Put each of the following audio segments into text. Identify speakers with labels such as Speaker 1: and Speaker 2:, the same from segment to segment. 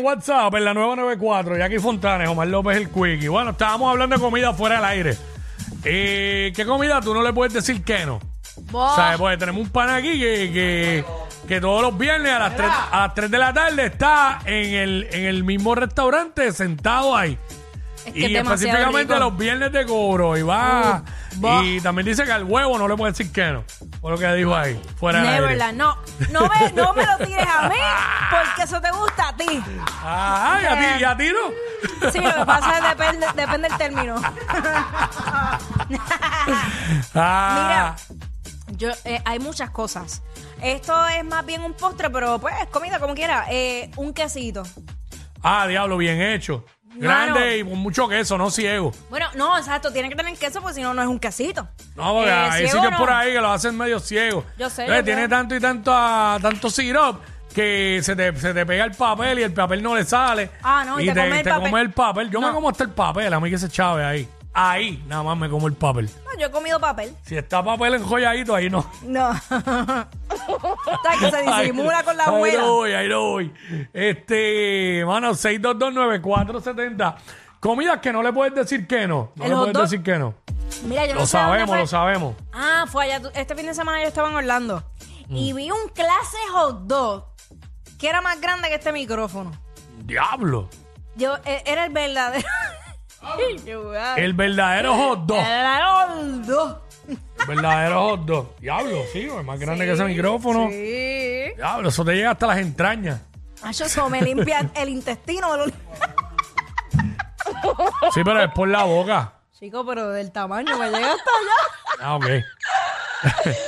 Speaker 1: WhatsApp en la 994, Jackie Fontanes, Omar López el Quickie. Bueno, estábamos hablando de comida fuera del aire. Eh, ¿Qué comida tú no le puedes decir que no?
Speaker 2: Bo-
Speaker 1: ¿Sabes? Pues tenemos un pan aquí que, que, que todos los viernes a las, 3, a las tres de la tarde está en el, en el mismo restaurante sentado ahí.
Speaker 2: es que
Speaker 1: y
Speaker 2: es demasiado
Speaker 1: específicamente
Speaker 2: rico.
Speaker 1: los viernes de cobro y va.
Speaker 2: Uh, bah.
Speaker 1: y también dice que al huevo no le puedes decir que no. Por lo que dijo ahí. Fuera del aire.
Speaker 2: Neverland, no, no me, no me lo tires a mí, porque eso te gusta a ti.
Speaker 1: Ajá, y a ti, y a ti no.
Speaker 2: Sí, lo que pasa es depende, depende del término.
Speaker 1: Ah.
Speaker 2: Yo, eh, hay muchas cosas. Esto es más bien un postre, pero pues comida como quiera. Eh, un quesito.
Speaker 1: Ah, diablo, bien hecho.
Speaker 2: Mano.
Speaker 1: Grande y con mucho queso, no ciego.
Speaker 2: Bueno, no, exacto, tiene que tener queso, porque si no, no es un quesito.
Speaker 1: No, porque
Speaker 2: Eh,
Speaker 1: hay
Speaker 2: ciego
Speaker 1: sitios
Speaker 2: no.
Speaker 1: por ahí que lo hacen medio ciego.
Speaker 2: Yo sé,
Speaker 1: Entonces,
Speaker 2: yo sé.
Speaker 1: tiene tanto y tanto, ah, tanto sirop que se te, se te pega el papel y el papel no le sale.
Speaker 2: Ah, no, y te come el papel.
Speaker 1: come el papel. Yo me
Speaker 2: No.
Speaker 1: como hasta el papel, a mí que se chave ahí. Ahí, nada más me como el papel.
Speaker 2: No, yo he comido papel.
Speaker 1: Si está papel enjolladito, ahí no.
Speaker 2: No. Hasta que se disimula con la
Speaker 1: Ahí-
Speaker 2: abuela.
Speaker 1: Ahí lo voy, ahí lo voy. Este, mano, 6229470. Comidas que no le puedes decir que no. No
Speaker 2: El
Speaker 1: le
Speaker 2: hot
Speaker 1: puedes
Speaker 2: dog.
Speaker 1: decir que no.
Speaker 2: Mira, yo no
Speaker 1: Lo
Speaker 2: sé dónde
Speaker 1: sabemos,
Speaker 2: fue.
Speaker 1: lo sabemos.
Speaker 2: Ah, fue allá. Tú- Este fin de semana yo estaba en Orlando y vi un clase hot dog que era más grande que este micrófono.
Speaker 1: Diablo.
Speaker 2: Yo e- era el verdadero. Yo, ay,
Speaker 1: El verdadero hot dog.
Speaker 2: era el hot dog.
Speaker 1: El verdadero hot dog. Diablo, sí, es más grande que ese micrófono.
Speaker 2: Sí.
Speaker 1: Diablo, eso te llega hasta las entrañas.
Speaker 2: Ay, yo eso me limpia el intestino. lo-
Speaker 1: Sí, pero es por la boca.
Speaker 2: Chico, pero del tamaño me llega hasta allá.
Speaker 1: Ah, ok.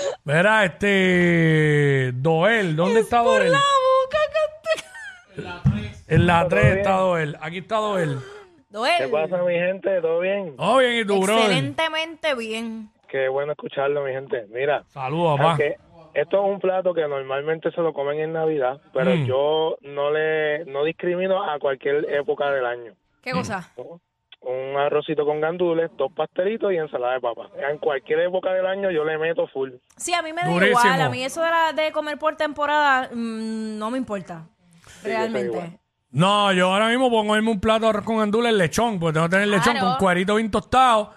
Speaker 1: Verá, este. Doel, ¿dónde está
Speaker 2: Por
Speaker 1: Doel?
Speaker 2: la boca que te-
Speaker 1: En la 3 está Doel. Aquí está Doel.
Speaker 3: ¿Qué
Speaker 2: Duele.
Speaker 3: pasa, mi gente? ¿Todo bien?
Speaker 1: Oh, bien, y tú, bro.
Speaker 2: Excelentemente bien.
Speaker 3: Qué bueno escucharlo, mi gente. Mira,
Speaker 1: Saludos, papá.
Speaker 3: aunque esto es un plato que normalmente se lo comen en Navidad, pero
Speaker 1: Mm.
Speaker 3: yo no le no discrimino a cualquier época del año.
Speaker 2: ¿Qué cosa?
Speaker 3: Un arrocito con gandules, dos pastelitos y ensalada de papa. En cualquier época del año yo le meto full.
Speaker 2: Sí, a mí me da
Speaker 1: Durísimo.
Speaker 2: igual. A mí eso de, la- de comer por temporada mm, no me importa. Realmente.
Speaker 1: No, yo ahora mismo pongo irme un plato de arroz con gandules, lechón, porque tengo que tener lechón
Speaker 2: Claro.
Speaker 1: con cuerito bien tostado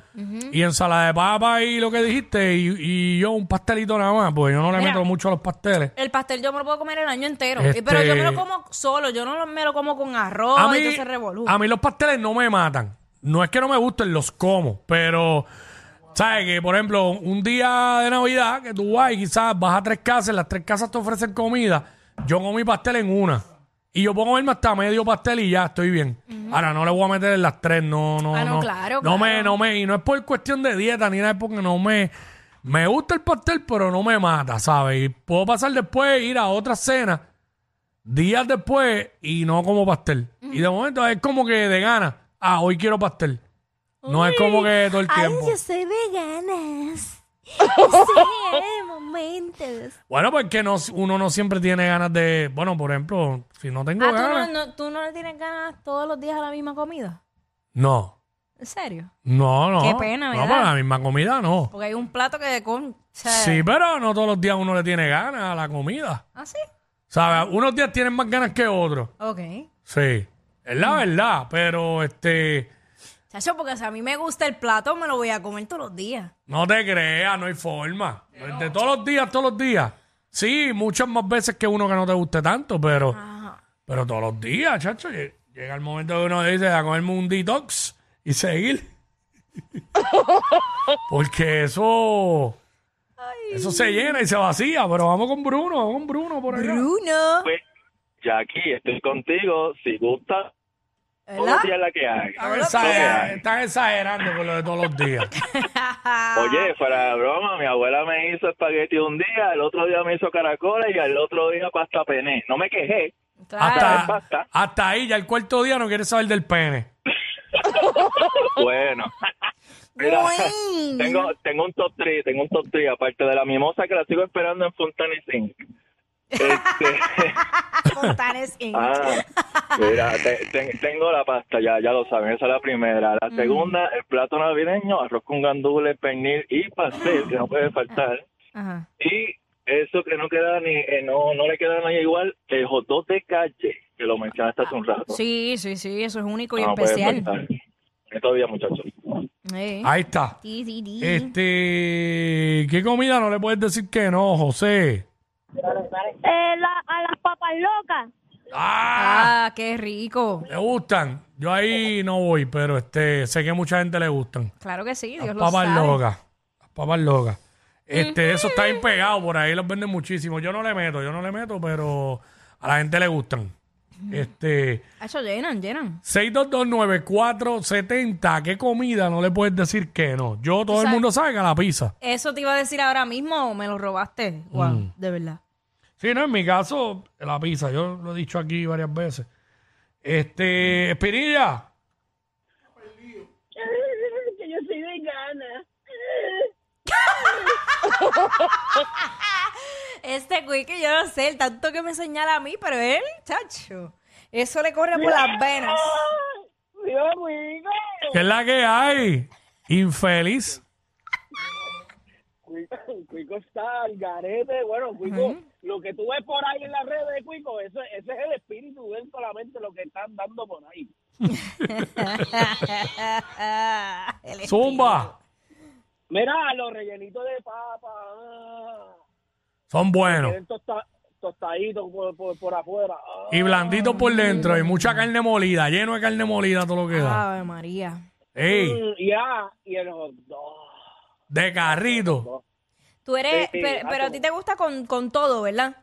Speaker 1: y ensalada de papa y lo que dijiste y, y yo un pastelito nada más, porque yo no le
Speaker 2: Mira.
Speaker 1: meto mucho a los pasteles.
Speaker 2: El pastel yo me lo puedo comer el año entero.
Speaker 1: Este-
Speaker 2: Eh, Pero yo me lo como solo. Yo no lo- me lo como con arroz.
Speaker 1: A
Speaker 2: y
Speaker 1: mí,
Speaker 2: todo ese Oh, revolú.
Speaker 1: a mí los pasteles no me matan. No es que no me gusten, los como, pero... ¿Sabes? Que, por ejemplo, un día de Navidad que tú vas y quizás vas a tres casas, las tres casas te ofrecen comida, yo como mi pastel en una. Y yo pongo verme hasta medio pastel y ya estoy bien. Ahora no le voy a meter en las tres, no, no.
Speaker 2: Ah, no, claro,
Speaker 1: No me,
Speaker 2: claro.
Speaker 1: no me, y no es por cuestión de dieta ni nada, es porque no me. Me gusta el pastel, pero no me mata, ¿sabes? Y puedo pasar después ir a otra cena, días después, y no como pastel. Y de momento es como que de gana. Ah, hoy quiero pastel. No es como que todo el tiempo.
Speaker 4: soy veganas. sí, eh, momentos.
Speaker 1: Bueno, porque no, uno no siempre tiene ganas de. Bueno, por ejemplo, si no tengo
Speaker 2: Ah, ¿tú, no,
Speaker 1: ganas.
Speaker 2: no- tú no le tienes ganas todos los días a la misma comida?
Speaker 1: No,
Speaker 2: ¿En serio?
Speaker 1: no, no.
Speaker 2: Qué pena,
Speaker 1: No,
Speaker 2: ¿verdad?
Speaker 1: para la misma comida no.
Speaker 2: Porque hay un plato que con... o sea,
Speaker 1: Sí, pero no todos los días uno le tiene ganas a la comida.
Speaker 2: ¿Ah, sí?
Speaker 1: ¿Sabes? Unos días tienen más ganas que otros.
Speaker 2: Ok.
Speaker 1: Sí. Es la verdad, pero este.
Speaker 2: Chacho, porque si a mí me gusta el plato, me lo voy a comer todos los días.
Speaker 1: No te creas, no hay forma. De todos los días, todos los días. Sí, muchas más veces que uno que no te guste tanto, pero. Pero todos los días, chacho. lle- Llega el momento que uno dice a comerme un detox y seguir. Porque eso. Eso se llena y se vacía, pero vamos con Bruno, vamos con Bruno por allá.
Speaker 2: Bruno.
Speaker 5: Pues, Jackie, estoy contigo. Si gusta, todos
Speaker 2: ¿Verdad?
Speaker 5: los días la que hay.
Speaker 2: Ah.
Speaker 1: Están, exagerando, están exagerando con lo de todos los días.
Speaker 5: Oye, fuera de broma, mi abuela me hizo espagueti un día, el otro día me hizo caracoles y al otro día pasta pené. No me quejé,
Speaker 1: Hasta,
Speaker 5: Basta.
Speaker 1: hasta ahí, ya el cuarto día no quiere saber del pene.
Speaker 5: Bueno. Mira, tengo, tengo un top 3, tengo un top 3, aparte de la mimosa que la sigo esperando en Fontana y Zinc. Este,
Speaker 2: Fontanes Inc.
Speaker 5: ah, mira, te- te- tengo la pasta, ya, ya lo saben, esa es la primera.
Speaker 2: Mm.
Speaker 5: La segunda, el plato navideño, arroz con gandules, pernil y pastel, que no
Speaker 2: Ah.
Speaker 5: puede faltar.
Speaker 2: Ajá.
Speaker 5: Y eso que no queda ni, eh, no, no le queda nada igual, el hot dog de calle, que lo mencionaste hace un rato. Ah,
Speaker 2: Sí, sí, sí, eso es único y
Speaker 6: Ah,
Speaker 5: No
Speaker 6: pues,
Speaker 5: puede
Speaker 2: especial.
Speaker 5: faltar. Todavía, muchachos.
Speaker 2: Sí.
Speaker 1: Ahí está.
Speaker 4: Di, di, di.
Speaker 1: Este, ¿qué comida no le puedes decir que no, José?
Speaker 4: Eh, la- a las papas locas.
Speaker 1: ¡Ah!
Speaker 2: Ah, qué rico.
Speaker 1: ¿Le gustan? Yo ahí no voy, pero este, sé que a mucha gente le gustan.
Speaker 2: Claro que sí, Dios
Speaker 1: Las
Speaker 2: lo
Speaker 1: papas
Speaker 2: sabe.
Speaker 1: locas. Las papas locas. Este, eso está bien pegado por ahí, los venden muchísimo. Yo no le meto, yo no le meto, pero a la gente le gustan. Este,
Speaker 2: Ah, Eso llenan, llenan.
Speaker 1: 6229470, ¿qué comida no le puedes decir que no? Yo, todo el
Speaker 2: sabes-
Speaker 1: mundo sabe que a la pizza.
Speaker 2: Eso te iba a decir ahora mismo, me lo
Speaker 1: Mm.
Speaker 2: robaste. Wow, de verdad.
Speaker 1: Sí, no, en mi caso, la pizza, yo lo he dicho aquí varias veces. Este, Espinilla,
Speaker 6: que yo soy vegana.
Speaker 2: Este que yo no sé, el tanto que me señala a mí, pero él, chacho, eso le corre por las venas.
Speaker 6: Dios mío,
Speaker 1: ¿qué es la que hay? Infeliz.
Speaker 6: Cuico, Cuico está al garete. Bueno, Cuico, lo que tú ves por ahí en las redes de Cuico, eso, ese es el espíritu de él solamente lo que están dando por ahí.
Speaker 2: El espíritu.
Speaker 1: Zumba.
Speaker 6: Mira, los rellenitos de papa, ah,
Speaker 1: Son buenos.
Speaker 6: tienen tosta- tostaditos por, por, por afuera. ah.
Speaker 1: Y blanditos por dentro. Y mucha carne molida. Lleno de carne molida todo lo que da.
Speaker 2: Ave María.
Speaker 1: Ey,
Speaker 6: Mm, y, ah, y el hot dog.
Speaker 1: de carrito.
Speaker 2: Tú eres,
Speaker 6: Sí, ah, sí,
Speaker 2: pero, pero a ti
Speaker 6: hace-
Speaker 2: te gusta con, con todo, ¿verdad?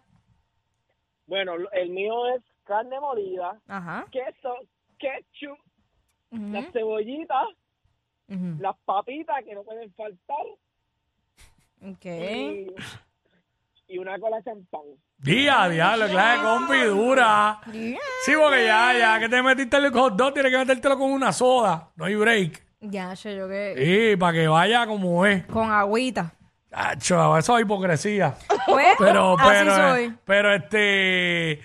Speaker 6: Bueno, lo- el mío es carne molida,
Speaker 2: Ajá.
Speaker 6: queso, ketchup,
Speaker 2: Ujú,
Speaker 6: las cebollitas,
Speaker 2: ujú.
Speaker 6: las papitas que no pueden faltar.
Speaker 2: Ok.
Speaker 6: y una cola champán.
Speaker 1: Día, diablo, clase de compi dura. Sí, porque ya, ya que te metiste el hot dog, tienes que metértelo con una soda. No hay break.
Speaker 2: Ya, che, yo que.
Speaker 1: Y para que vaya como es.
Speaker 2: Con agüita.
Speaker 1: Chacho, eso es hipocresía.
Speaker 2: Pues,
Speaker 1: Pero, pero,
Speaker 2: así
Speaker 1: eh,
Speaker 2: soy.
Speaker 1: pero este,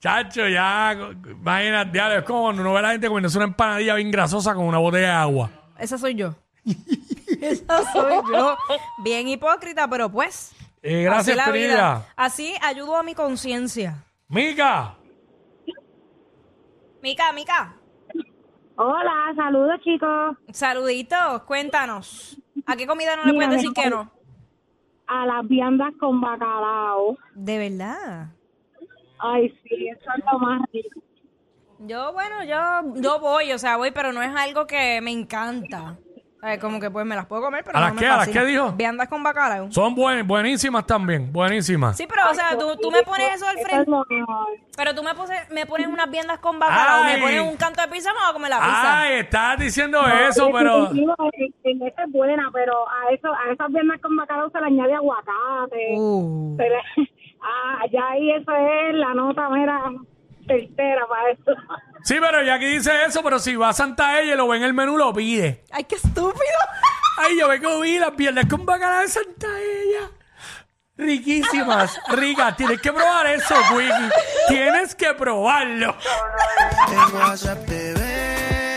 Speaker 1: chacho, ya, imagínate, diablo, es como cuando uno ve a la gente comiéndose una empanadilla bien grasosa con una botella de agua.
Speaker 2: Esa soy yo. Esa soy yo. Bien hipócrita, pero pues.
Speaker 1: Eh,
Speaker 2: así
Speaker 1: gracias,
Speaker 2: la
Speaker 1: querida.
Speaker 2: vida. Así ayudo a mi conciencia.
Speaker 1: Mica,
Speaker 2: Mica, Mica,
Speaker 4: Hola, saludos chicos.
Speaker 2: saluditos, cuéntanos. ¿A qué comida no le
Speaker 4: Mira,
Speaker 2: puedes decir
Speaker 4: mejor-
Speaker 2: que no?
Speaker 4: A las viandas con bacalao.
Speaker 2: De verdad.
Speaker 4: Ay, sí, eso es lo más rico.
Speaker 2: Yo, bueno, yo, yo voy, o sea, voy, pero no es algo que me encanta. Eh, como que pues me las puedo comer, pero
Speaker 1: ¿A
Speaker 2: no
Speaker 1: las
Speaker 2: me
Speaker 1: qué? ¿A las
Speaker 2: fascina.
Speaker 1: qué dijo?
Speaker 2: Viandas con bacalao.
Speaker 1: son buen- buenísimas también, buenísimas.
Speaker 2: Sí, pero, o sea, tú, tú me pones eso al
Speaker 4: Eso es
Speaker 2: frente.
Speaker 4: lo mejor.
Speaker 2: Pero tú me, puse- me pones unas viandas con
Speaker 1: Ay.
Speaker 2: bacalao,
Speaker 1: Ah,
Speaker 2: me pones un canto de pizza, me voy a comer la pizza.
Speaker 1: Ay, estás diciendo eso,
Speaker 4: Sí,
Speaker 1: pero...
Speaker 4: sí, sí, en- en esa es buena, pero a eso, a esas piernas con bacalao se le añade aguacate.
Speaker 2: Uh.
Speaker 4: se le- ah, ya ahí eso es la nota mera tercera para eso.
Speaker 1: Sí, pero ya que dice eso, pero si va a Santa Ella y lo ve en el menú, lo pide.
Speaker 2: Ay, qué estúpido.
Speaker 1: Ay, yo me comí las piernas con bacalao de Santa Ella. Riquísimas, ricas. Tienes que probar eso, Wiki. Tienes que probarlo.
Speaker 7: Tengo WhatsApp de